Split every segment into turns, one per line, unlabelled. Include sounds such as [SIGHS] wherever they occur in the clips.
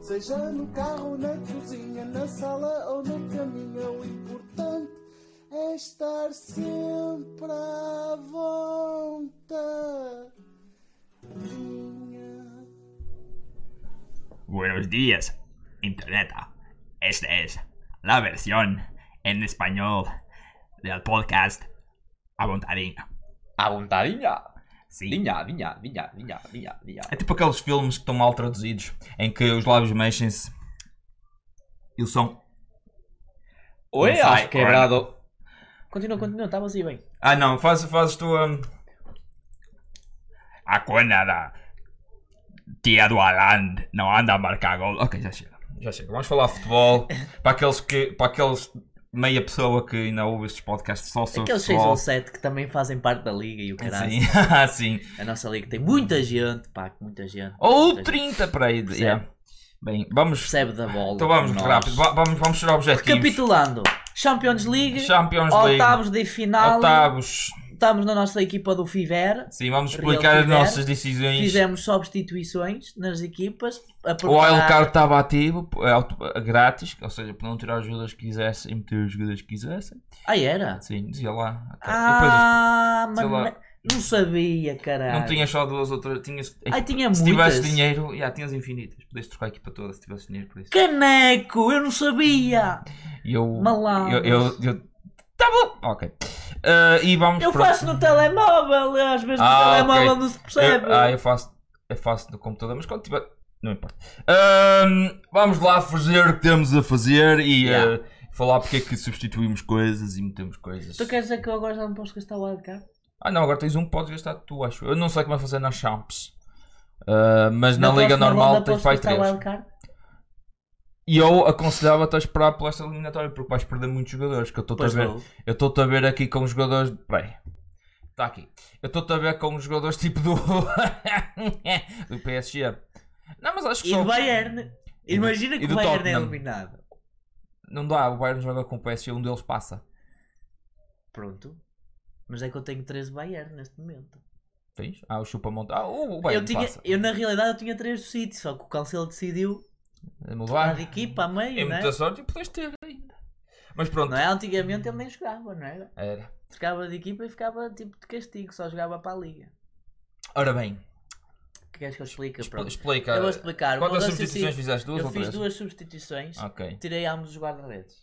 Seja no carro, na cozinha, na sala ou no caminho, é o importante é estar sempre à vontade.
Buenos días, Internet. Esta es la versión en español del podcast Abontadinha.
À vontadinha.
Sim.
Dinha, dinha, dinha, dinha, dinha, dinha.
É tipo aqueles filmes que estão mal traduzidos, em que os lábios mexem-se e o som.
Oi,
Não sai,
ai, quebrado. Continua, continua, estavas aí bem.
Ah não, fazes faz hum, tua. A cona da tia do Alan não anda a marcar gol. Ok, já chega. Já chega. Vamos falar de futebol para aqueles que. para aqueles meia pessoa que ainda ouve estes podcasts só sobre
Aqueles 6
futebol.
ou 7 é que também fazem parte da liga e o caralho.
Sim, [LAUGHS] sim.
A nossa liga tem muita gente, pá, muita gente.
Ou
muita gente
30 para aí.
Sim.
yeah. Bem, vamos.
Percebe da bola.
Então vamos
como
muito
nós.
rápido. Va- Vamos, vamos tirar objetivos.
Recapitulando: Champions League,
Champions League.
oitavos de final.
Octavos.
Estamos na nossa equipa do FIVER.
Sim, vamos
Real
explicar as
Fever.
nossas decisões.
Fizemos substituições nas equipas. A
O
preparar-
wildcard estava ativo, é auto- grátis, ou seja, podiam tirar os jogadores que quisessem e meter os jogadores que quisessem.
Ah, era?
Sim, dizia lá. Até-
Ah,
sei lá.
mas não sabia, caralho.
depois, não tinhas só duas ou três, tinhas.
Ai, tinha
se
muitas.
tivesse dinheiro, já tinhas infinitas. Podias trocar a equipa toda se tivesse dinheiro por isso.
Caneco, eu não sabia.
E eu.
Malandro.
Eu, eu, eu- Tá bom! Ok. Ah, e vamos.
Eu
para-
faço no telemóvel, às vezes
Ah,
no telemóvel
ok.
não se percebe.
Eu, ah, eu faço, eu faço no computador, mas quando tiver. Não importa. Ahm, vamos lá fazer o que temos a fazer e
Yeah.
ah, falar porque é que substituímos coisas e metemos coisas.
Tu queres dizer que eu agora já não posso gastar o wildcard?
Ah não, agora tens um que podes gastar tu, acho. Eu não sei como é fazer nas champs. Ah, mas na, liga
próxima
normal
ronda
tens
posso
para aí
gastar o
3.
wildcard?
E eu aconselhava-te a esperar por esta eliminatória porque vais perder muitos jogadores. Que eu estou a
Pois
ver.
vou.
Eu estou-te a ver aqui com os jogadores. Peraí. Está aqui. Eu estou-te a ver com os jogadores tipo do. [LAUGHS] do PSG. Não, mas acho que
E
só.
do Bayern.
E do-
Imagina
e
que
do
o Bayern é
Tottenham.
eliminado.
Não dá, o Bayern joga com o PSG, um deles passa.
Pronto. Mas é que eu tenho 13 Bayern neste momento.
Tens? Ah, o chupa monta. Ah, o o Bayern
eu, tinha,
passa.
eu na realidade eu tinha 3 do City, só que o Cancelo decidiu mudar
Mudar.
de equipa a
É
meio, não é?
muita sorte e podes ter ainda. Mas pronto.
Não é? Antigamente ele nem jogava, não era?
Era.
Ficava de equipa e ficava tipo de castigo, só jogava para a liga.
Ora bem,
O que queres que eu explique?
expl-
Pronto.
explica.
Eu vou explicar. Uma
Quantas
mudança
substituições
assim-
fizeste? Duas
Eu
ou três?
fiz duas substituições,
Ah, Ok.
tirei ambos os guarda-redes.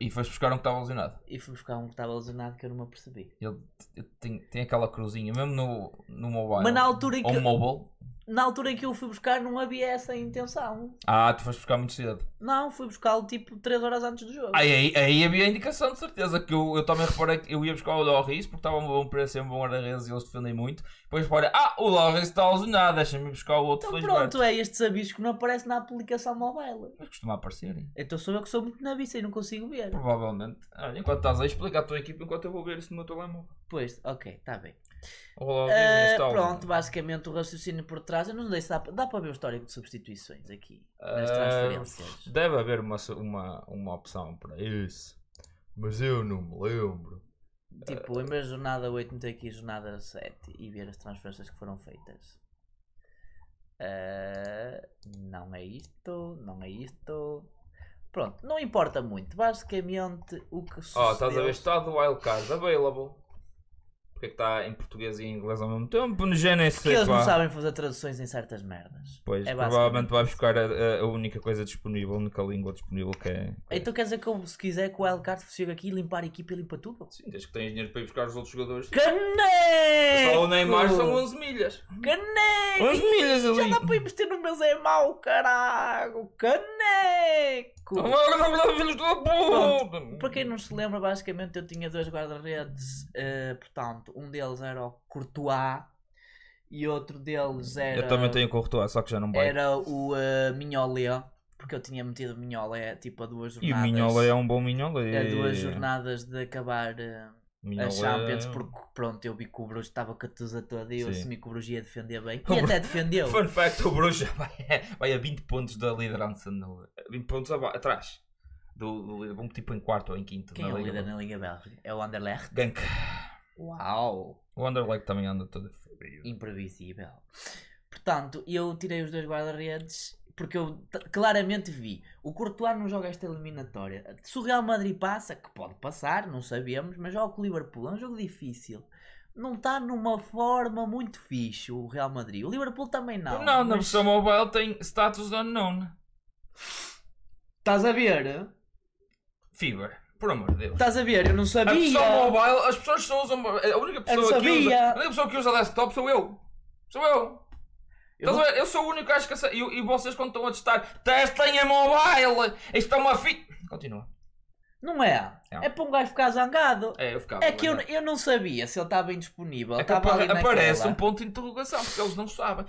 E foste buscar um que estava lesionado.
E fui buscar um que estava lesionado que eu não me apercebi.
Ele t- tem, tem aquela cruzinha, mesmo no, no mobile.
Mas na altura, em
Ou
que,
mobile.
na altura em que eu fui buscar não havia essa intenção.
Ah, tu foste buscar muito cedo.
Não, fui buscá-lo tipo 3 horas antes do jogo.
Aí, aí, aí havia a indicação de certeza que eu, eu também reparei que eu ia buscar o Loris porque estava um bom preço e um bom Ararez e eles defendem muito. Depois reparei, ah, o Loris está lesionado, deixa-me ir buscar o outro
então
feliz
pronto, é estes avisos que não aparecem na aplicação mobile.
Mas costuma aparecer, hein?
Então sou eu que sou muito na vista e não consigo ver.
provavelmente. Olha, enquanto estás a explicar a tua equipe, enquanto eu vou ver isso no meu telemóvel.
Pois, ok, está bem.
O Loris
Ah,
está
pronto,
lesionado.
basicamente o raciocínio por trás. Eu não sei se dá, pa- dá para ver o histórico de substituições aqui. Nas
Ah,
transferências.
Deve haver uma, so- uma, uma opção para isso. Mas eu não me lembro.
Tipo, em vez de jornada 8, meter aqui jornada 7 e ver as transferências que foram feitas. Ah, não é isto, não é isto. Pronto, não importa muito. Basicamente, o que sucedeu...
Oh, estás a ver? Está do wildcard available. Porque é que está em português e em inglês ao mesmo tempo? No já nem
é Que
sei,
eles não
pá.
sabem fazer traduções em certas merdas.
Pois,
É basicamente
provavelmente vai
isso.
buscar a, a- a única coisa disponível, a única língua disponível que é.
Então quer dizer que eu, se quiser que o Wildcard chegue aqui e limpar a equipa e limpa tudo?
Sim, desde que tens dinheiro para ir buscar os outros jogadores.
Caneco!
Só o Neymar são 11 milhas.
Caneco!
11 milhas
Já dá para
ali.
investir no meu Zé Mau, caralho! Caneco!
Agora não dá filhos da puta.
Pronto, Para quem não se lembra, basicamente eu tinha dois guarda-redes, eh, portanto, um deles era o Courtois e outro deles era,
Eu também tenho um com o Courtois, só que já não vai.
era o eh, Minholé, porque eu tinha metido Minholé tipo a duas
E o
jornadas.
Minhola é um bom Minhola. é-
A duas jornadas de acabar eh, a Champions, porque pronto, eu vi que o Bruges estava com a tusa toda e eu
um Sim.
assumi que o Bruges ia defender bem.
[LAUGHS] O
E
Bru-
até defendeu.
Fun fact, o Bruxa [LAUGHS] vai, vai a 20 pontos da liderança, no, 20 pontos aba- atrás do, do líder, vamos tipo em quarto ou em quinto
Quem é
na
o
Liga
líder
do-
na Liga Bélgica? É o Anderlecht?
Gank.
Uau!
O Underleg também anda todo fodido.
imprevisível. Portanto, eu tirei os dois guarda-redes porque eu t- claramente vi. O Courtois não joga esta eliminatória. Se o Real Madrid passa, que pode passar, não sabemos, mas joga com o Liverpool, é um jogo difícil. Não está numa forma muito fixe o Real Madrid. O Liverpool também não.
Não, na
mas
versão mobile tem status unknown.
Estás a ver?
Fever, por amor de Deus.
Estás a ver? Eu não
A versão
sabia.
mobile, as pessoas só usam. A única
Eu
pessoa, que usa,
sabia.
a única pessoa que usa desktop sou eu. Sou eu.
Eu
Estás a ver? Eu sou o único que acho que. essa- E, e vocês quando estão a testar, testem a mobile! Isto é uma fi. Continua.
Não é?
Não.
É para um gajo ficar zangado.
É, eu ficava.
É que eu,
mas
eu não sabia se ele estava indisponível.
não. É que
Estava ali
apa- aparece
naquela.
um ponto de interrogação, porque eles não sabem.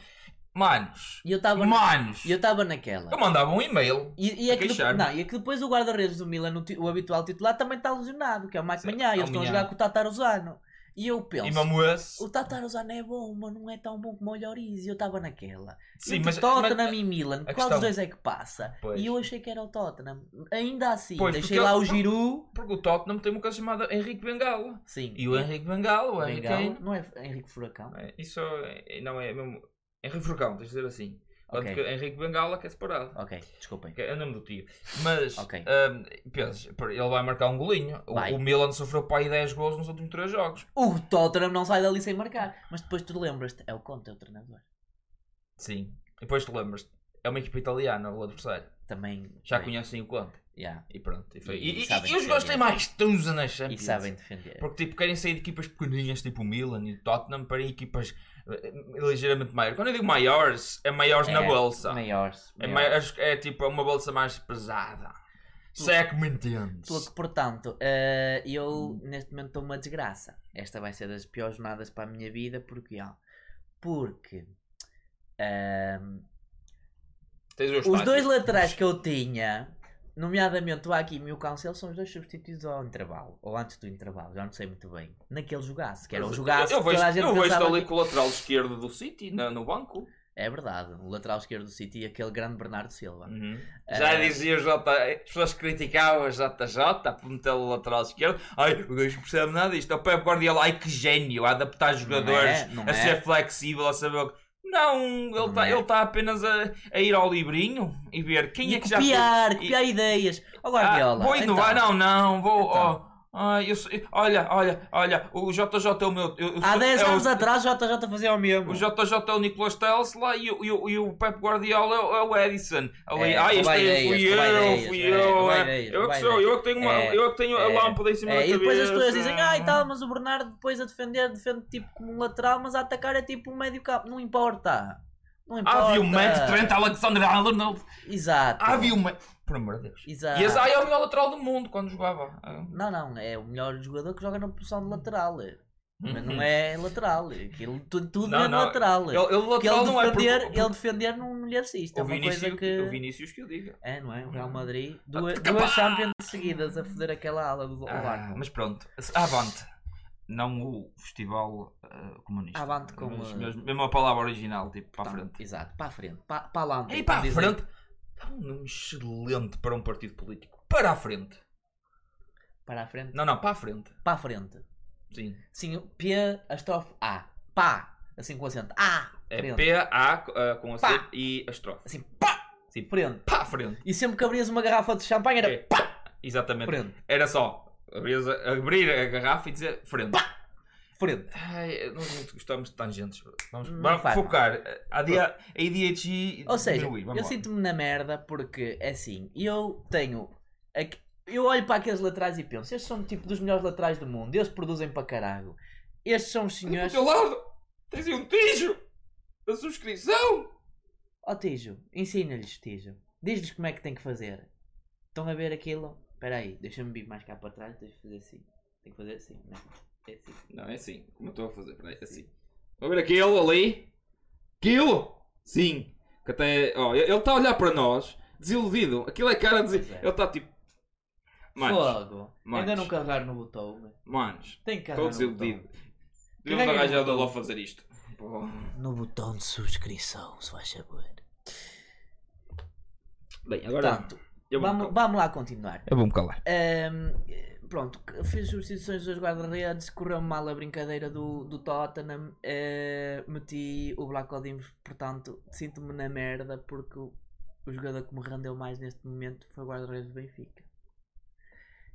Manos.
E eu estava
Manos.
eu estava naquela.
Eu mandava um e-mail.
E, e é que depois,
Queixar-me.
não, e é que depois o guarda-redes do Milan, o, ti- o habitual titular, também está lesionado, que é o Mike
Sim,
Manhã. Eles estão a
amanhã.
jogar com o Tataruzano. E eu penso,
E mamuas.
o Tataruzano é bom, mas não é tão bom como o Lloris. E eu estava naquela.
Sim,
Entre
mas.
Tottenham
mas-
e Milan, qual
questão-
dos dois é que passa?
Pois.
E eu achei que era o Tottenham. Ainda assim,
Pois,
deixei
porque
lá
eu-
o Giroud.
Porque o Tottenham tem uma coisa chamada Henrique Bengala.
Sim.
E o Henrique Bengala, o Henrique
Bengala,
Kane.
Não é Henrique Furacão?
É, Isso é, não é mesmo. Henrique Furcão, tens de dizer assim.
Ok.
Porque Henrique Bengala que é separado.
Ok, desculpem.
Que É o nome do tio. Mas,
Ok.
ahm, pensas, pera, ele vai marcar um golinho. O,
Vai.
o Milan sofreu para aí 10 gols nos últimos 3 jogos.
O Tottenham não sai dali sem marcar. Mas depois tu lembras-te, é o Conte, é o treinador.
Sim. E depois te lembras, é uma equipa italiana, o adversário.
Também.
Já
também,
conhecem o Conte.
yeah,
E pronto. E, foi.
É. E-
e,
e
e-
sabem
e os
defender.
gajos têm mais tunza na
E
Champions.
sabem defender.
Porque tipo, querem sair de equipas pequenininhas, tipo o Milan e o Tottenham, para equipas eh, ligeiramente maiores. Quando eu digo maiores, é maiores na
É,
bolsa.
Maiores.
É,
maiores.
mais, é tipo uma bolsa mais pesada. Se é que me entendes.
Pelo que, portanto, eh, eu neste momento estou uma desgraça. Esta vai ser das piores jornadas para a minha vida, porque ó, Porque ehm,
Tens os
os tipo,
táticos.
dois laterais que eu tinha, nomeadamente o Hakimi e o Cancelo, são os dois substituídos ao intervalo, ou antes do intervalo, já não sei muito bem. Naquele jogaço, que era o jogaço
Eu, eu
que toda a
vejo,
gente
eu vejo
pensava
ali
que-
com o lateral esquerdo do City na- no banco.
É verdade, o lateral esquerdo do City e aquele grande Bernardo Silva.
Já
Ah.
dizia o J. As pessoas criticavam o JJ por meter o lateral esquerdo. Ai, o gajo não percebe nada disto. É O Pep Guardiola, ai que gênio, a adaptar jogadores,
não
a
é.
ser flexível, a saber o que. Não, ele
Não
está
é.
tá apenas a, a ir ao livrinho e ver quem
E
é que já.
copiar,
foi- e-
copiar ideias. Ó
Ah,
Guardiola.
vou inovar,
então,
não, não, vou.
Então.
oh, ah, eu sou- eu- olha, olha, olha, o JJ é o meu. eu- eu
Há
sou-
10
é o-
anos atrás o JJ fazia o mesmo.
O JJ é o Nicolas Tesla e, o- e, o- e o Pep Guardiola é o- é o Edison. Ali,
É,
ah, este
rouba
é,
ideias,
fui
rouba
eu,
ideias,
fui
é,
eu.
rouba
é.
ideias,
eu é
rouba
que sou,
ideias.
eu é que tenho, uma,
É,
eu é que tenho a
é,
lâmpada em cima da
É, e
cabeça.
depois as pessoas dizem, ah, e tal, mas o Bernardo depois a defender, defende tipo como um lateral, mas a atacar é tipo um médio campo. Não importa. Não importa.
"Ah, Havia um o Matt Trent, Alexander Arnold.
Exato.
Havia o Matt. Por amor de Deus.
Exato.
E esse aí é o melhor lateral do mundo quando jogava. Ah.
Não, não, é o melhor jogador que joga na posição de lateral. Mas
Uhum.
não é lateral. Aquilo, tudo tudo
Não,
é
não,
lateral.
Ele, ele
que ele
lateral não é porque-
defender,
porque
ele defender não não lhe assiste. É
o
uma coisa
Vinícius,
que.
o Vinícius que eu diga.
É, não é? O Real Madrid.
Tá-
Duas,
tá-
duas Champions seguidas a foder aquela ala do do
Ah,
barco.
mas pronto, avante. Não o festival ah, comunista.
Avante com,
Mas
ah,
mesmo, mesmo a palavra original, tipo, para a
Tá,
frente.
Exato, para a frente. Para, para lá. um
E para a frente. Dá um nome excelente para um partido político. Para a frente.
Para a frente.
Não, não, para a frente.
Para a frente.
Sim.
Sim, P, a estrofe A. Pá. Assim com acento. A.
É
frente.
P-A ah, com acento
Pá.
e a estrofe.
Assim, pá.
Sim.
Frente.
Para a frente.
E sempre que abrias uma garrafa de champanhe era
É.
pá.
Exatamente.
Frente.
Era só abrir a, abrir a garrafa e dizer frente.
Frente.
Ai, nós não gostamos de tangentes. Vamos,
Não
vamos
faz mal.
focar. A ADHD
Ou seja,
diminuir. Vamos
eu
lá.
sinto-me na merda porque é assim, eu tenho. aqu- Eu olho para aqueles laterais e penso, estes são tipo dos melhores laterais do mundo, eles produzem para caralho. Estes são os
Do
senhores.
teu lado, tens aí um tijo da subscrição.
Ó Tijo, ensina-lhes, Tijo. Diz-lhes como é que tem que fazer. Estão a ver aquilo? Espera aí, deixa-me vir mais cá para trás, tens de fazer assim. Tem que fazer assim, não é? É assim.
Não, é assim. Como eu estou a fazer? Peraí, é assim. Vou ver aquilo ali. Aquilo! Sim. Que até. Ó, ele está a olhar para nós, desiludido. Aquilo é cara de.
Pois é.
Ele está tipo. Manos,
Fogo!
Manos.
Ainda não carregaram no botão, meu.
manos.
Tem que
Estou
carregar no
desiludido.
botão.
Devemos
Carrega
arranjar
no botão.
dele a fazer isto. Pô.
No botão de subscrição, se faz saber.
Bem, agora.
Portanto,
eu vou-me
Tá. vamos,
calar.
vamos lá continuar.
Eu vou-me calar.
Ahm, pronto, fez substituições dos guarda-redes, correu-me mal a brincadeira do, do Tottenham, eh, meti o Black Odin, portanto, sinto-me na merda porque o jogador que me rendeu mais neste momento foi o guarda-redes do Benfica.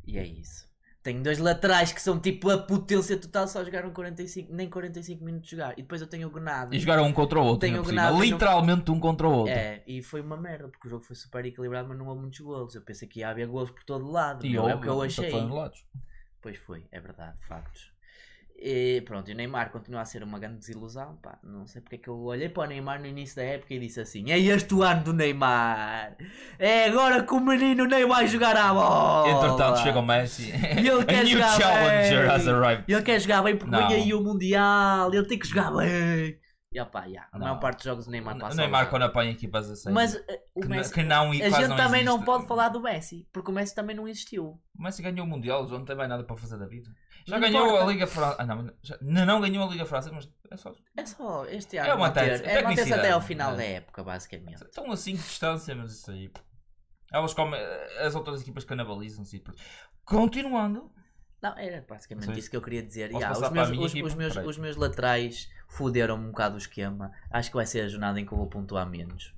E é isso. Tenho dois laterais que são tipo a potência total, só jogaram 45, nem 45 minutos de jogar. E depois eu tenho o Gnado.
E jogaram um contra o outro,
Tenho
ainda por
o
cima.
Gnabry, não-
literalmente um contra o outro.
É, e foi uma merda, porque o jogo foi super equilibrado, mas não houve muitos golos. Eu pensei que ia haver golos por todo lado.
E
não é o
houve,
que eu
tá
achei.
falando de lados.
Pois foi, é verdade, factos. E pronto, e o Neymar continua a ser uma grande desilusão. Pá, não sei porque é que eu olhei para o Neymar no início da época e disse assim: É este o ano do Neymar! É agora que o menino nem vai jogar à bola!
Entretanto, chega o
[LAUGHS]
Messi.
E
[LAUGHS]
ele
a
quer
new
jogar
challenger
bem.
has arrived.
Ele quer jogar bem porque
Não.
vem aí o Mundial, ele tem que jogar bem! E opá, já, a
Não.
maior parte dos jogos do Neymar
O
passa.
Neymar
ao lado.
quando é apanha equipas assim.
Mas eh, o
que,
Messi.
que não,
A gente também não
existe.
pode falar do Messi, porque o Messi também não existiu.
O Messi ganhou o Mundial, já não tem mais nada para fazer da vida. Já
Não
ganhou
importa.
a Liga França. Ah, não, já- não, não ganhou a Liga França, mas é só.
É só este
É
ano.
uma
manter-
tec-
é manter-se até ao
tecnicidade,
final
é.
da época, basicamente.
Estão a 5 distância, mas isso aí. Elas comem. As outras equipas canibalizam-se. e pronto. Continuando.
Não, era basicamente
Sim.
isso que eu queria dizer.
Posso
Ya,
passar
os,
para
meus,
a minha
os,
equipa?
os meus,
Peraí.
os meus laterais fuderam um bocado o esquema. Acho que vai ser a jornada em que eu vou pontuar menos.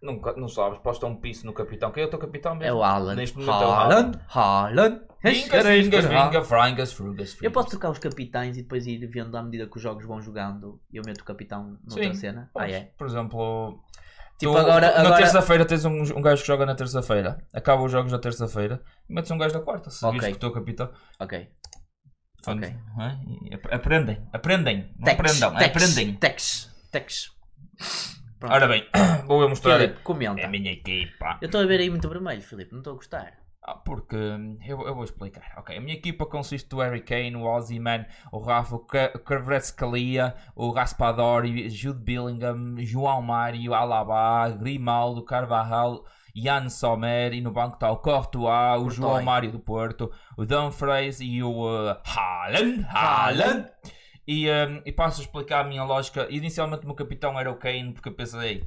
Não, não sabes, posta um piso no capitão. Quem é o teu capitão
É
mesmo?
o Alan.
Neste momento é o
Haaland. Haaland.
Vingas, vingas, vingas, frangas, frugas, frugas.
é Eu posso trocar os capitães e depois ir vendo à medida que os jogos vão jogando. Eu meto o capitão noutra
Sim,
cena. Ah,
Podes.
é?
Por exemplo,
Tipo,
tu-
agora-
na
agora-
terça-feira tens um, um gajo que joga na terça-feira, acaba os jogos da terça-feira e metes um gajo na quarta. Se
Ok.
vires que o teu capitão.
Ok.
Portanto,
Ok.
não é? E ap- Aprendem, aprendem, não
Tex,
aprendam,
tex,
aprendem.
Tex. Tex. Pronto.
Ora bem, [CLEARS THROAT] vou eu mostrar É
Filipe, comenta.
a minha equipa.
Eu estou a ver aí muito vermelho, Filipe. Não estou a gostar.
Ah, porque hum, eu, eu vou explicar. Ok, a minha equipa consiste do Harry Kane, o Ozyman, o Rafa, o Carvrescalia, o Raspadori, Jude Billingham, João Mário, Alaba, Grimaldo, Carvajal, Ian Sommer e no banco está o Courtois, o
Courtois.
João Mário do Porto, o Dumfries e o uh, Haaland, Haaland. E, hum, e passo a explicar a minha lógica. Inicialmente o meu capitão era o Kane porque eu pensei,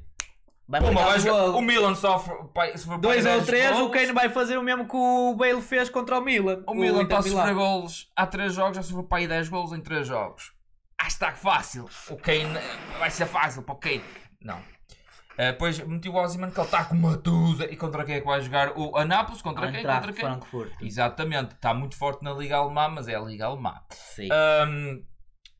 Vai
"Puma,
marcar
vai
o
jogar-
golo.
o Milan sofre, pai, sofre
Dois
pai,
ou
dez
três, o
golos."
Kane vai fazer o mesmo que o Bale fez contra o Milan.
O Milan
Inter
está a sofrer
Milão.
golos há 3 jogos, já sofreu para aí 10 golos em 3 jogos. Ah, está fácil. O Kane eh, vai ser fácil para o Kane. Não. Eh, Depois meti o Ozyman que ele está com uma tusa. E contra quem é que vai jogar? O Anápolis? Contra quem? Contra
Eintracht
quem?
um Frankfurt.
Exatamente. Está muito forte na Liga Alemã, mas é a Liga Alemã.
Sim.
Ah, Ahm,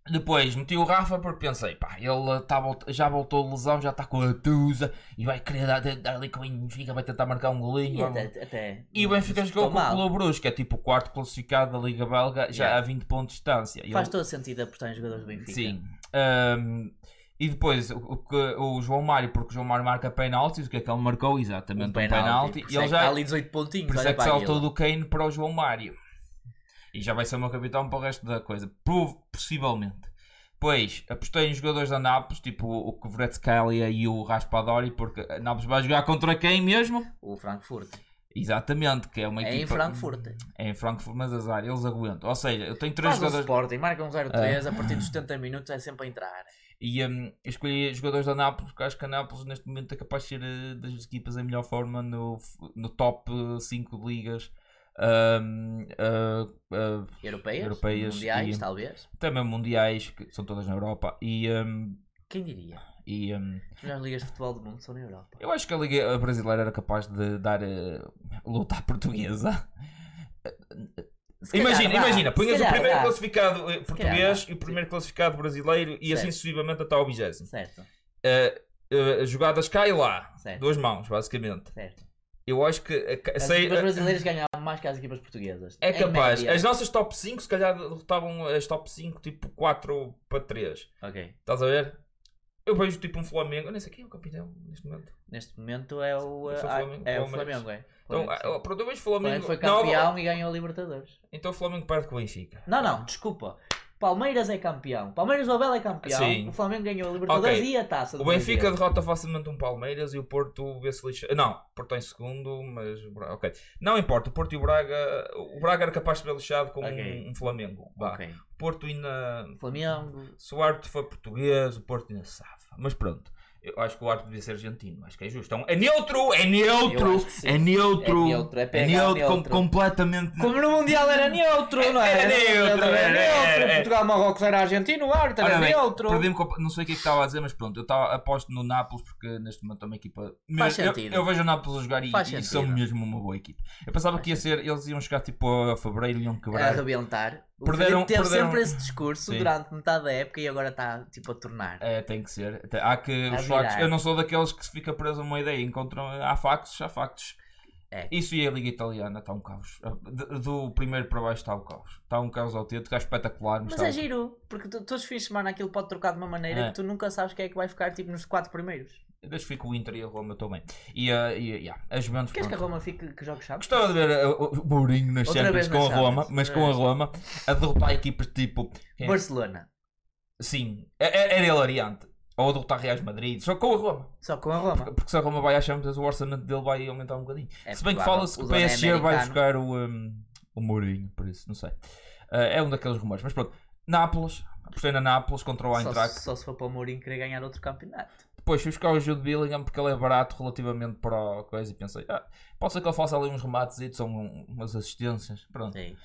depois meti o Rafa porque pensei, pá, ele tá volt- já voltou de lesão, já está com a tusa e vai querer dar, dar ali com o Benfica, vai tentar marcar um golinho.
E
vamos-
até, até-
e o Benfica
não
jogou
estou
com o
mal.
Clube Bruges, que é tipo o quarto classificado da Liga Belga, já
Yeah.
a 20 pontos de distância. E
Faz
ele-
todo sentido apostar em jogadores do Benfica.
Sim. Ahm, e depois o, o que- o João Mário, porque o João Mário marca penaltis, o que é que ele marcou? Exatamente, um penalti. E
por isso é
ele
que está
já,
ali 18 pontinhos.
por isso
olha
é que
para
saltou
aquilo.
do Kane para o João Mário. E já vai ser o meu capitão para o resto da coisa. Prov- possivelmente. Pois, apostei em jogadores da Nápoles, tipo o Kvretskaya e o Raspadori, porque a Nápoles vai jogar contra quem mesmo?
O Frankfurt.
Exatamente, que é uma
É em
equipa...
Frankfurt.
É em Frankfurt, mas azar, eles aguentam. Ou seja, eu tenho três
Faz um
jogadores Ah.
Sporting, marca um 0-3, a partir dos 70 minutos é sempre a entrar.
e hum, eu escolhi jogadores da Nápoles porque acho que a Nápoles neste momento é capaz de ser eh, das equipas em melhor forma no, no top 5 ligas hum, eh, eh,
Europeias?
Europeias
mundiais,
e-
talvez.
também mundiais, que são todas na Europa. E, hum,
Quem diria?
e, hum,
As melhores ligas de futebol do mundo são na Europa.
eu acho que a Liga Brasileira era capaz de dar eh, luta à portuguesa.
Se calhar
Imagina,
dá.
imagina,
Se
punhas o
calhar
primeiro
dá.
classificado eh,
calhar
português
dá.
e o primeiro classificado brasileiro e assim
Certo.
sucessivamente até ao vigésimo.
Certo,
Uh, uh, jogadas cá e lá,
Certo.
duas mãos, basicamente.
certo.
Eu acho que a ca-
As
sei-
equipas
a-
brasileiras ganhavam mais que as equipas portuguesas.
é
Em
capaz.
média.
As nossas top 5, se calhar, derrotavam as top 5, tipo 4 para 3.
Ok.
Estás a ver? Eu vejo tipo um Flamengo, eu nem sei quem é o capitão neste momento.
Neste momento é o,
Foi
eh,
Flamengo,
é o
Palmeiras.
Flamengo, é.
Então,
Flamengo, sim.
ah, pronto, eu vejo
O
Flamengo.
Flamengo foi
Não,
campeão e ganhou a Libertadores.
então o Flamengo perde com o Benfica.
Não, não, desculpa. Palmeiras é campeão. Palmeiras Abel é campeão.
Sim.
O Flamengo ganhou a Libertadores
Ok.
e a taça.
O
do
Benfica
Brasil.
derrota facilmente um Palmeiras e o Porto vê-se lixa. Não, Porto tá em segundo, mas. o Braga- Ok. Não importa, o Porto e o Braga. O Braga era capaz de ser lixado com
Ok.
um, um Flamengo. Vá.
Ok.
Porto ainda.
Flamengo.
Se o árbitro for português, o Porto ainda se safa. Mas pronto. Eu acho que o árbitro devia ser argentino, acho que é justo. É, um- é neutro, é neutro,
Eu acho que sim.
é neutro,
É neutro, é
é
pegar
neutro, com-
neutro.
completamente.
Como no Mundial era neutro, não é?
Era neutro, era, era, era.
Portugal, Marrocos era argentino, o árbitro
Ora
era
bem,
neutro.
perdi-me com- não sei o que é que estava a dizer, mas pronto, eu estava aposto no Nápoles porque neste momento é uma equipa.
Faz
eu,
sentido.
eu vejo o Nápoles a jogar e,
Faz
e são
sentido.
mesmo uma boa equipa. Eu pensava que ia ser, eles iam chegar tipo a fevereiro e iam
A
quebrar.
arrebentar. O
Perderam-
Filipe teve
perderam-
sempre esse discurso
Sim.
durante metade da época e agora está tipo a tornar.
É, tem que ser. Tem- Há que
A
os factos.
virar.
Eu não sou daqueles que se fica preso a uma ideia. Encontram. Há factos, há factos.
É.
Isso e a Liga Italiana está um caos. De- do primeiro para baixo está um caos. Está um caos autêntico, é espetacular. Mas,
Mas
está
é
um-
giro, porque tu- todos os fins de semana aquilo pode trocar de uma maneira
É.
que tu nunca sabes quem é que vai ficar tipo nos quatro primeiros.
Desde um- que fica o Inter e a Roma também. E, a e, a- yeah, a Juventus.
Queres que a
pronto.
Roma fique que jogue chaves?
Gostava de ver eh, o o Mourinho nas
Outra
Champions
vez
com
nas
a Roma,
Champions,
mas
é.
com a Roma a derrotar equipas tipo. quem-
Barcelona,
Sim, é- é- era hilariante. Ou a derrotar Reais Madrid, só com a Roma.
só com a Roma.
Porque se a Roma vai às Champions, o orçamento dele vai aumentar um bocadinho.
É
se bem que
provável.
fala-se que
O
o
Zona é
PSG vai
americano.
jogar o, um, o Mourinho, por isso, não sei. Eh, é um daqueles rumores, mas pronto. Nápoles, apostei na Nápoles contra o
Só,
Eintracht.
se- só se for para o Mourinho querer ganhar outro campeonato.
Depois fui buscar o Jude Billingham porque ele é barato relativamente para o coisa e pensei, ah, pode ser que ele faça ali uns remates e são um, umas assistências. Pronto.
Sim.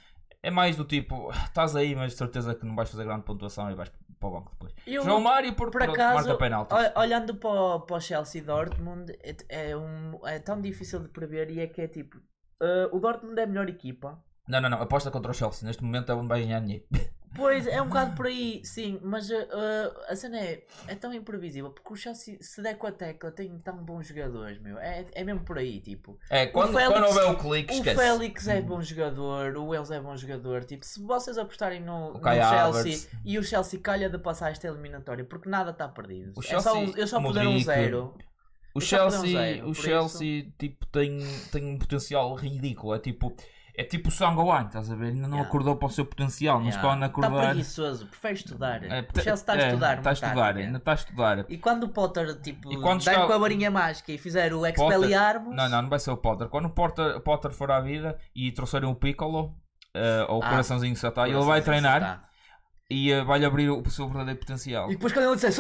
É mais do tipo, "Ah, estás aí, mas de certeza que não vais fazer grande pontuação e vais para o banco depois.
Eu,
João Mário por,
por
pronto,
acaso,
marca penaltis.
ol- olhando para, o- para o Chelsea e Dortmund, é, é um- é tão difícil de prever e é que é tipo. eh, o Dortmund é a melhor equipa.
Não, não, não, aposta contra o Chelsea. Neste momento é onde vai ganhar dinheiro. [LAUGHS]
Pois é um bocado por aí, sim, mas eh, eh, a cena é, é tão imprevisível porque o Chelsea, se der com a tecla, tem tão bons jogadores, meu. É, é mesmo por aí, tipo.
É, quando,
Félix-
quando houver o clique,
O
esquece. Hum.
Félix é bom jogador, o Wells é bom jogador. Tipo, se vocês apostarem no,
O
no
Kai
Chelsea
Havertz.
e o Chelsea calha de passar esta eliminatória, porque nada está perdido.
O
é só um,
Chelsea,
eu só puder um
Modric.
zero.
O
Eu só
Chelsea,
pedi um zero,
o
por
Chelsea tipo, tem, tem um potencial ridículo. É tipo, é tipo o Sangoan, estás a ver? Ainda não
Yeah.
acordou para o seu potencial, mas
Yeah.
quando
Está
acordar.
preguiçoso, prefere estudar.
É,
o Chelsea está a
é,
estudar,
Está a
uma
estudar,
tática.
ainda está a estudar.
E quando o Potter, tipo,
E quando
dar
está-
com a varinha mágica e fizer o
Potter-
Expelliarmus...
Não, não, não vai ser o Potter. Quando o Potter, Potter for à vida e trouxerem o Piccolo, eh, ou o
Ah,
coraçãozinho Satá, ele vai
coraçãozinho tá.
treinar
está.
e eh, vai-lhe abrir o, seu verdadeiro potencial.
E depois quando ele disser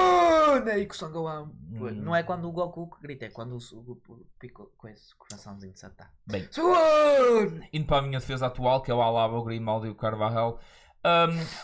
Sangoan! E que o Sangoan...
Hum.
Não é quando o Goku que grita, é quando o, o, o Piccolo com esse coraçãozinho de Satã.
Bem.
Sangoan!
Indo para a minha defesa atual, que é o Alaba, o Grimaldo e o Carvajal.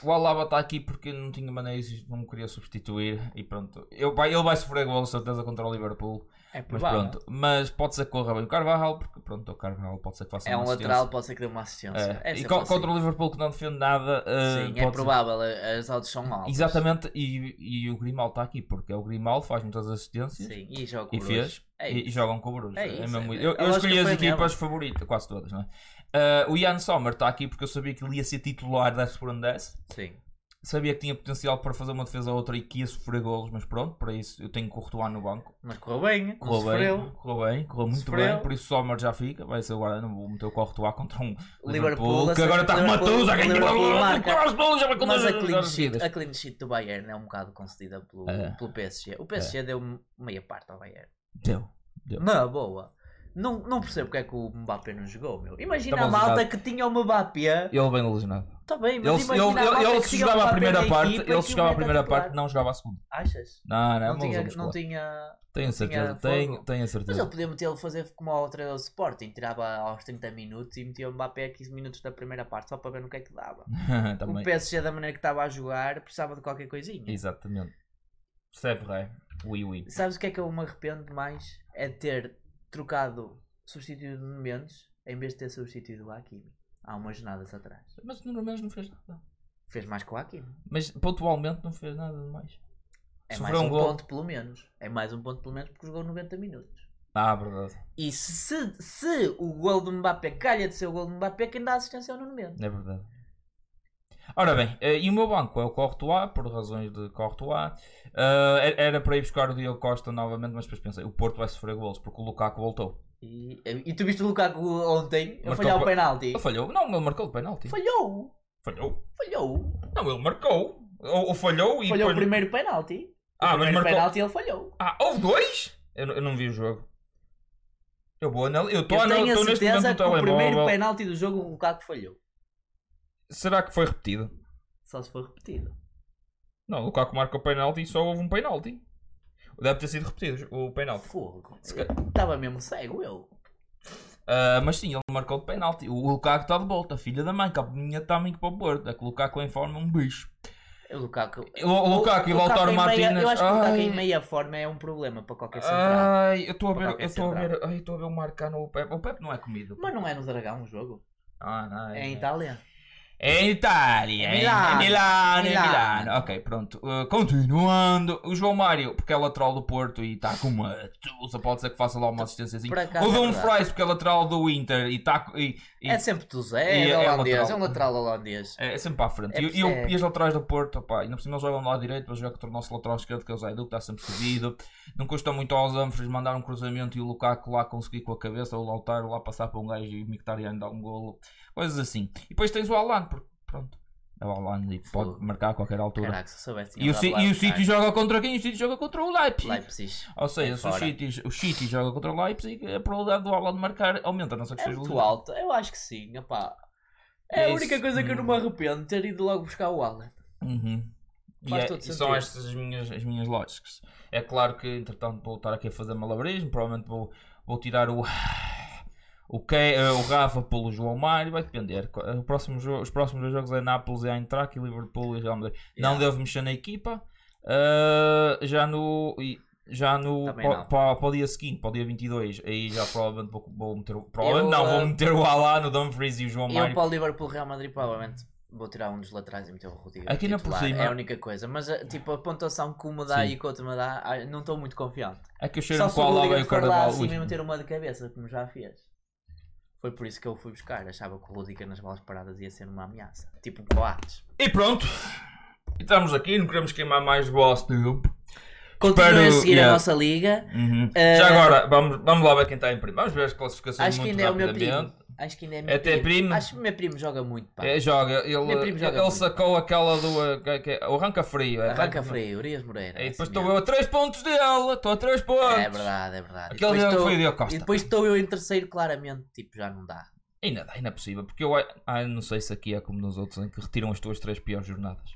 Um, o Alaba está aqui porque não tinha maneiras e não me queria substituir. E pronto, Eu- vai- ele vai sofrer gol, certeza, contra o Liverpool.
É
Mas
provável.
pronto, mas pode ser que corra bem o Carvajal, porque pronto, o Carvajal pode ser que faça
É
uma
um
assistência.
lateral, pode ser que dê uma assistência.
É,
Essa
e
é
co-
possível.
contra o Liverpool que não defende nada, uh,
Sim,
pode
é
ser-
provável, a- as odds são altas.
Exatamente, e, e o Grimaldo está aqui porque é o Grimaldo, faz muitas assistências
Sim, e joga com
e
o Bruges.
fez
É
e, e
isso.
jogam com o Bruges.
É
É
isso,
mesmo
é-
isso. eu,
a
eu
lógica
escolhi as
foi a minha
equipas favoritas, quase todas, não é? Ah, o Ian Sommer está aqui porque eu sabia que ele ia ser titular da Segurandese.
Sim.
Sabia que tinha potencial para fazer uma defesa ou outra e que ia sofrer golos, mas pronto, para isso eu tenho que o no banco.
Mas correu bem, correu
Correu bem,
sofreu.
correu bem, correu muito
Sofreu.
bem, por isso o Sommer já fica. Vai ser agora, não vou meter o Courtois contra um
Liverpool,
Liverpool, que
a-
agora está com uma
Liverpool-
tusa, ganhou
Liverpool marca.
o já vai com
Mas é
duas
a clean, sheet,
seguidas.
a clean sheet do Bayern é um bocado concedida pelo,
É.
pelo PSG. O PSG deu meia parte ao Bayern.
Deu.
Na boa. Não, não percebo porque é que o Mbappé não jogou, meu. Imagina
Tá
a
bom,
malta
Zidane.
que tinha o Mbappé.
Ele bem lesionado.
Está bem, mas
Ele,
imagina a
ele-
malta
ele
que
se
tinha o
jogava a
Mbappé
primeira
na
parte,
equipa e
ele
que
se
o
jogava a
Mbappé
primeira
titular.
parte, não jogava a segunda.
Achas?
Não, não, é
Não
uma
tinha,
lesão
não
muscular.
tinha.
Tenho a certeza,
tinha
tenho,
fogo.
tenho a
Mas ele
certeza.
podia meter ele fazer como ao treinador do Sporting, tirava aos 30 minutos e metia o Mbappé a 15 minutos da primeira parte, só para ver no que é que dava. O
[LAUGHS] Também.
PSG, da maneira que estava a jogar, precisava de qualquer coisinha.
Exatamente. Percebe, rei? Ui, ui.
Sabes o que é que eu me arrependo mais? É de ter trocado, substituído no Mendes, em vez de ter substituído o Hakimi. Há umas jornadas atrás.
Mas o Nuno Mendes não fez nada.
Fez mais que o Hakimi.
Mas pontualmente não fez nada de mais.
É
Sofreu
mais
um
um
gol.
ponto pelo menos. É mais um ponto pelo menos porque jogou 90 minutos.
Ah, verdade.
E se, se o gol do Mbappé calha de ser o gol do Mbappé, quem dá assistência é o Nuno Mendes.
É verdade. Ora bem, eh, e o meu banco é o Courtois, por razões de Courtois. Eh, era para ir buscar o Diogo Costa novamente, mas depois pensei, o Porto vai sofrer golos, porque o Lukaku voltou.
E, e tu viste o Lukaku ontem a
Marcou
falhar
pa-
o penalti?
Ele falhou? Não, ele marcou de penalti.
Falhou!
Falhou.
Falhou!
Não, ele marcou. Ou, ou falhou e
falhou o
depois-
primeiro penalti.
Ah,
o
mas
primeiro
marcou.
penalti ele falhou.
Ah, houve dois? Eu, não- eu não vi o jogo. Eu vou anal... Eu estou
Eu tenho a
anal... neste momento
certeza
no
que o primeiro
telemóvel.
penalti do jogo o Lukaku falhou.
Será que foi repetido?
Só se for repetido.
Não, o Lukaku marcou penalti e só houve um penalti. Deve ter sido repetido o penalti.
Fogo.
Se calhar-
Estava mesmo cego eu.
Ah, mas sim, ele marcou de penalti. O Lukaku está de volta, filha da mãe, que a minha também para o Porto. É que o Lukaku em forma é um bicho.
O Lukaku.
O- o Lukaku e o Lautaro
em meia-
Martínez.
Eu acho que o Lukaku
Ai. Ah.
em meia forma é um problema para qualquer central.
Ai, eu estou a
Para
ver,
qualquer
eu estou a
central.
ver, ai, eu estou a ver o Marcano, o Pepe. O Pepe não é comido.
Mas não é no Dragão o jogo.
Ah, não,
É em Itália.
É em Itália,
É
em
Milano.
Milano, em Milano.
Milano.
Ok, pronto. Uh, continuando, o João Mário, porque é lateral do Porto e está com uma tusa, pode ser que faça lá uma assistênciazinha.
Por acaso
O
é
Dumfries,
verdade.
porque é lateral do Inter e está. E, e-
É sempre tu
E
Zé,
é
é holandês,
lateral.
é um lateral holandês.
é, é sempre para a frente.
É
e, e,
percebe.
o- e os laterais do Porto, opá, e não precisamos jogam lá direito para jogar contra o nosso lateral esquerdo, que é o Zaidu, que está sempre subido. Não custa muito aos Dumfries mandar um cruzamento e o Lukaku lá conseguir com a cabeça, ou o Lautaro lá passar para um gajo e o Mictariano dar um golo, coisas assim. E depois tens o Alan, porque pronto. É o Alan e pode
Fogo.
marcar a qualquer altura.
Caraca, se soubesse.
E o, Ci- e o City joga contra quem? O City joga contra o Leipzig.
Leipzig.
Ou seja, se o
Fora.
City, o City joga contra o Leipzig, a probabilidade do Alan marcar aumenta, a não sei que
É
seja
muito
lesionado.
alto, eu acho que sim, opá. É a
Isso,
única coisa que eu não me
hum.
arrependo de ter ido logo buscar o Alan.
Uhum. E,
Faz
é-
todo
e
sentido.
são estas as minhas, as minhas lógicas. É claro que, entretanto, vou estar aqui a fazer malabarismo. Provavelmente vou, vou tirar o. [SIGHS] O, que, o Rafa pelo João Mário, vai depender. Co- eh, O próximo jo- os próximos dois jogos é Nápoles, é Eintracht e Liverpool e Real Madrid. Não
Yeah.
devo mexer na equipa. Ah, já no. e- Já no.
Também
Para
não.
o dia seguinte, para o dia 22, aí já provavelmente vou, vou meter o. Provavelmente
Eu,
não,
ah,
vou meter o Alá o Dumfries e o João
Eu
Mário.
para o Liverpool Real Madrid provavelmente vou tirar um dos laterais e meter o Rodrigo.
Aqui na
titular,
por cima-
É a única coisa, mas eh, tipo a pontuação que uma dá
Sim.
e que outra me dá, ah, não estou muito confiante.
É que eu
Só
cheiro
se
com o
o
Alá e
Rodrigo
o
for lá assim
Carnaval.
acima e meter uma de cabeça, como já fez. Foi por isso que eu fui buscar, achava que o Rodrigo nas balas paradas ia ser uma ameaça. Tipo um coates.
E pronto. E estamos aqui, não queremos queimar mais o vosso tempo.
Continuem a
Espero-
seguir
yeah.
a nossa liga.
Uhum.
Eh,
Já agora, vamos, vamos lá ver quem está em primeiro. Vamos ver as classificações
Acho que
muito
ainda é o meu primo.
rapidamente.
Acho que ainda é meu
Até primo?
Acho que o meu primo joga muito, pá.
É, joga, ele,
Meu primo joga
ele
muito.
sacou aquela do. eh, que- que- O arranca frio. é,
Arranca
tá?
freio, Urias Moreira.
E depois
assim
estou
mesmo.
eu a 3 pontos dele. Estou a 3 pontos.
É verdade, é verdade. E
Aquele
depois
jogo
estou-
foi o Diogo Costa.
E depois estou eu em terceiro, claramente, tipo, já não dá.
Ainda dá, ainda é possível. Porque eu ah, não sei se aqui é como nos outros, em que retiram as tuas 3 piores jornadas.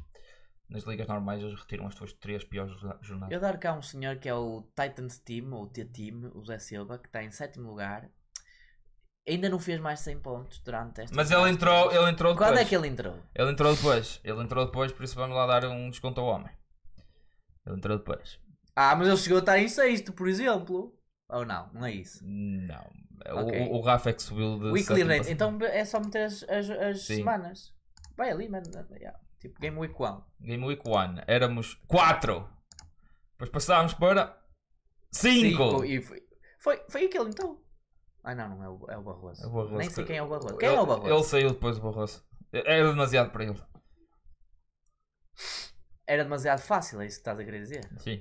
Nas ligas normais, eles retiram as tuas 3 piores jorna- jornadas.
Eu dar cá um senhor que é o Titans Team, ou T-Team, o Zé Silva, que está em sétimo lugar. Ainda não fez mais 100 pontos durante esta
Mas ele entrou, ele entrou depois.
Quando é que ele entrou?
Ele entrou depois. Ele entrou depois, por isso vamos lá dar um desconto ao homem. Ele entrou depois.
Ah, mas ele chegou a estar em sexto, por exemplo. Ou não, não é isso.
Não.
Ok.
O, o Rafa é que subiu de.
Weekly
sétimo
rate.
para-
Então é só meter as, as, as
Sim.
semanas. Vai ali, mano. yeah. Tipo, Game Week 1.
Game Week 1. Éramos 4. Depois passámos para 5.
E foi, foi, foi aquele então. Ah não, não é o, é o Barroso.
É o Barroso.
Nem sei quem é o Barroso. Quem é o Barroso?
Ele saiu depois do Barroso. Era demasiado para ele.
Era demasiado fácil, é isso que estás a querer dizer.
Sim.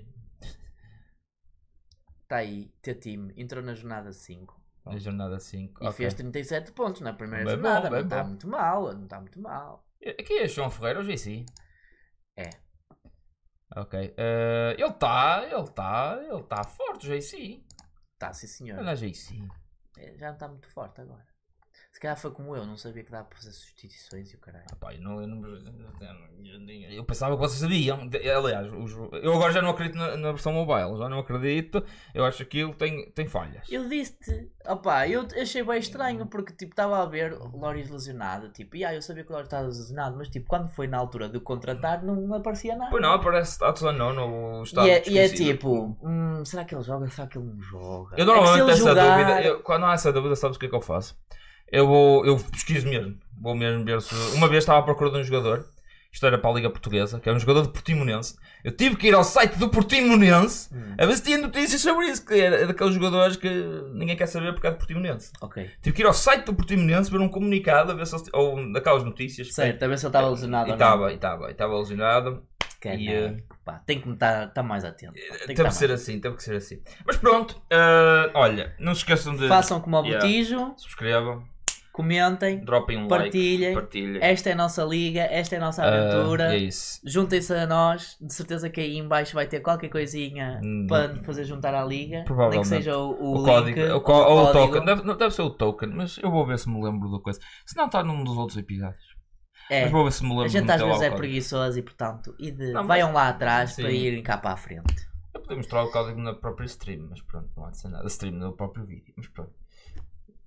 Está aí, teu time entrou na jornada 5
Na jornada 5.
e fez 37 pontos na primeira
Bem bom,
jornada.
bem
não está
bom.
muito mal, não está muito mal.
Aqui é João Ferreira, hoje sim.
É.
Ok. Eh, ele está, ele está, ele está forte, hoje é assim. sim.
Está, Tá, sim senhor.
Olha, hoje é assim. sim.
É, Já não está muito forte agora. Se calhar foi como eu, não sabia que dava para fazer substituições e o caralho.
Ah pá, eu, não, eu, não- um eu pensava que vocês sabiam. De- Aliás, os- eu agora já não acredito na, na versão mobile, já não acredito. Eu acho que aquilo tem, tem falhas.
Eu disse-te, opá, eu eu achei bem
Hum.
estranho porque tipo estava a ver o Loris lesionado, tipo, e ah, eu sabia que o Loris estava lesionado, mas tipo, quando foi na altura de o contratar não aparecia nada.
Pois não, parece status unknown ou estado
E é, e é
desconhecido.
tipo, hum, será que ele joga? Será que ele não joga?
Eu
É que se
normalmente
ele
essa
jogar-
dúvida, eu- quando há essa dúvida, sabes o que é que eu faço? Eu vou, eu pesquiso mesmo. Vou mesmo ver se. Uma vez estava à procura de um jogador, isto era para a Liga Portuguesa, que era um jogador de Portimonense. Eu tive que ir ao site do Portimonense
Hum,
a ver se tinha notícias sobre isso, que era daqueles jogadores que ninguém quer saber porque é de Portimonense.
ok.
Tive que ir ao site do Portimonense ver um comunicado, a ver se eles- ou um daquelas notícias.
Certo, a ver se ele estava lesionado
E
ou não. é?
estava, e estava, e estava lesionado. e, eh,
Caneco, pá. Tem que estar estar mais atento. pá. Tem que
Teve
estar
que ser
mais.
assim, teve que ser assim. Mas pronto, eh, olha, não se esqueçam de
Façam como o
Yeah.
Botijo,
subscrevam,
comentem,
dropem um
partilhem.
like, partilhem.
Esta é a nossa liga, esta é a nossa
Ah,
aventura.
é isso.
Juntem-se a nós, de certeza que aí em baixo vai ter qualquer coisinha
Hum.
para fazer juntar à liga. Nem que
Provavelmente.
seja o, o
O,
link,
código, o co-
o
ou o
código.
token, deve, não, deve ser o token, mas eu vou ver se me lembro da coisa. Se não está num dos outros episódios,
É,
mas vou ver se me lembro
a
de
gente
meter
às
lá
vezes
o
é
código.
preguiçoso e portanto, e de...
Não, mas-
vaiam lá atrás
Sim.
para irem cá para a frente.
podemos mostrar o código na própria stream, mas pronto, não há de ser nada. Stream no próprio vídeo, mas pronto.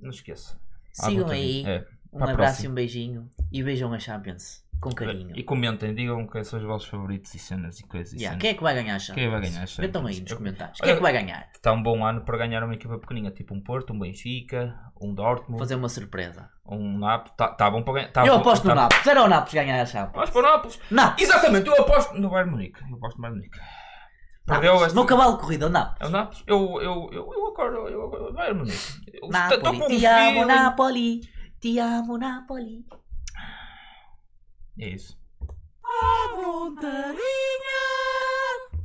Não esqueça. Há
Sigam
muito
aí.
vídeo. É.
Um
Para a
abraço e
próxima.
um beijinho. E beijam a Champions. Com carinho.
E comentem, digam quem são os vossos favoritos e cenas e coisas. e
Yeah,
cenas.
Quem é que vai ganhar a Champions?
Quem vai ganhar a Champions?
Metam aí nos comentários.
Olha-
Quem é que vai ganhar?
Está um bom ano para ganhar uma equipa pequenina, tipo um Porto, um Benfica, um
Vou
Dortmund,
Fazer uma surpresa.
um Napoli. Está tá bom para ganhar. tá
eu
bom-
aposto
tá-
no Napos. Era o Napos ganhar a Champions.
Vamos para o Nápoles.
Napos!
Exatamente, eu aposto no Bayern Munique. Eu aposto no Bayern Munique. Perdeu
Napos.
esta-
Meu cavalo de corrida, o Napos.
É o Nápoles? Eu, eu, eu, eu acordo. Eu, eu, Bayern Munique. Eu tô
Napoli.
com um
Te amo,
feeling-
Napoli. Te amo, Napoli.
É isso.
Vontade.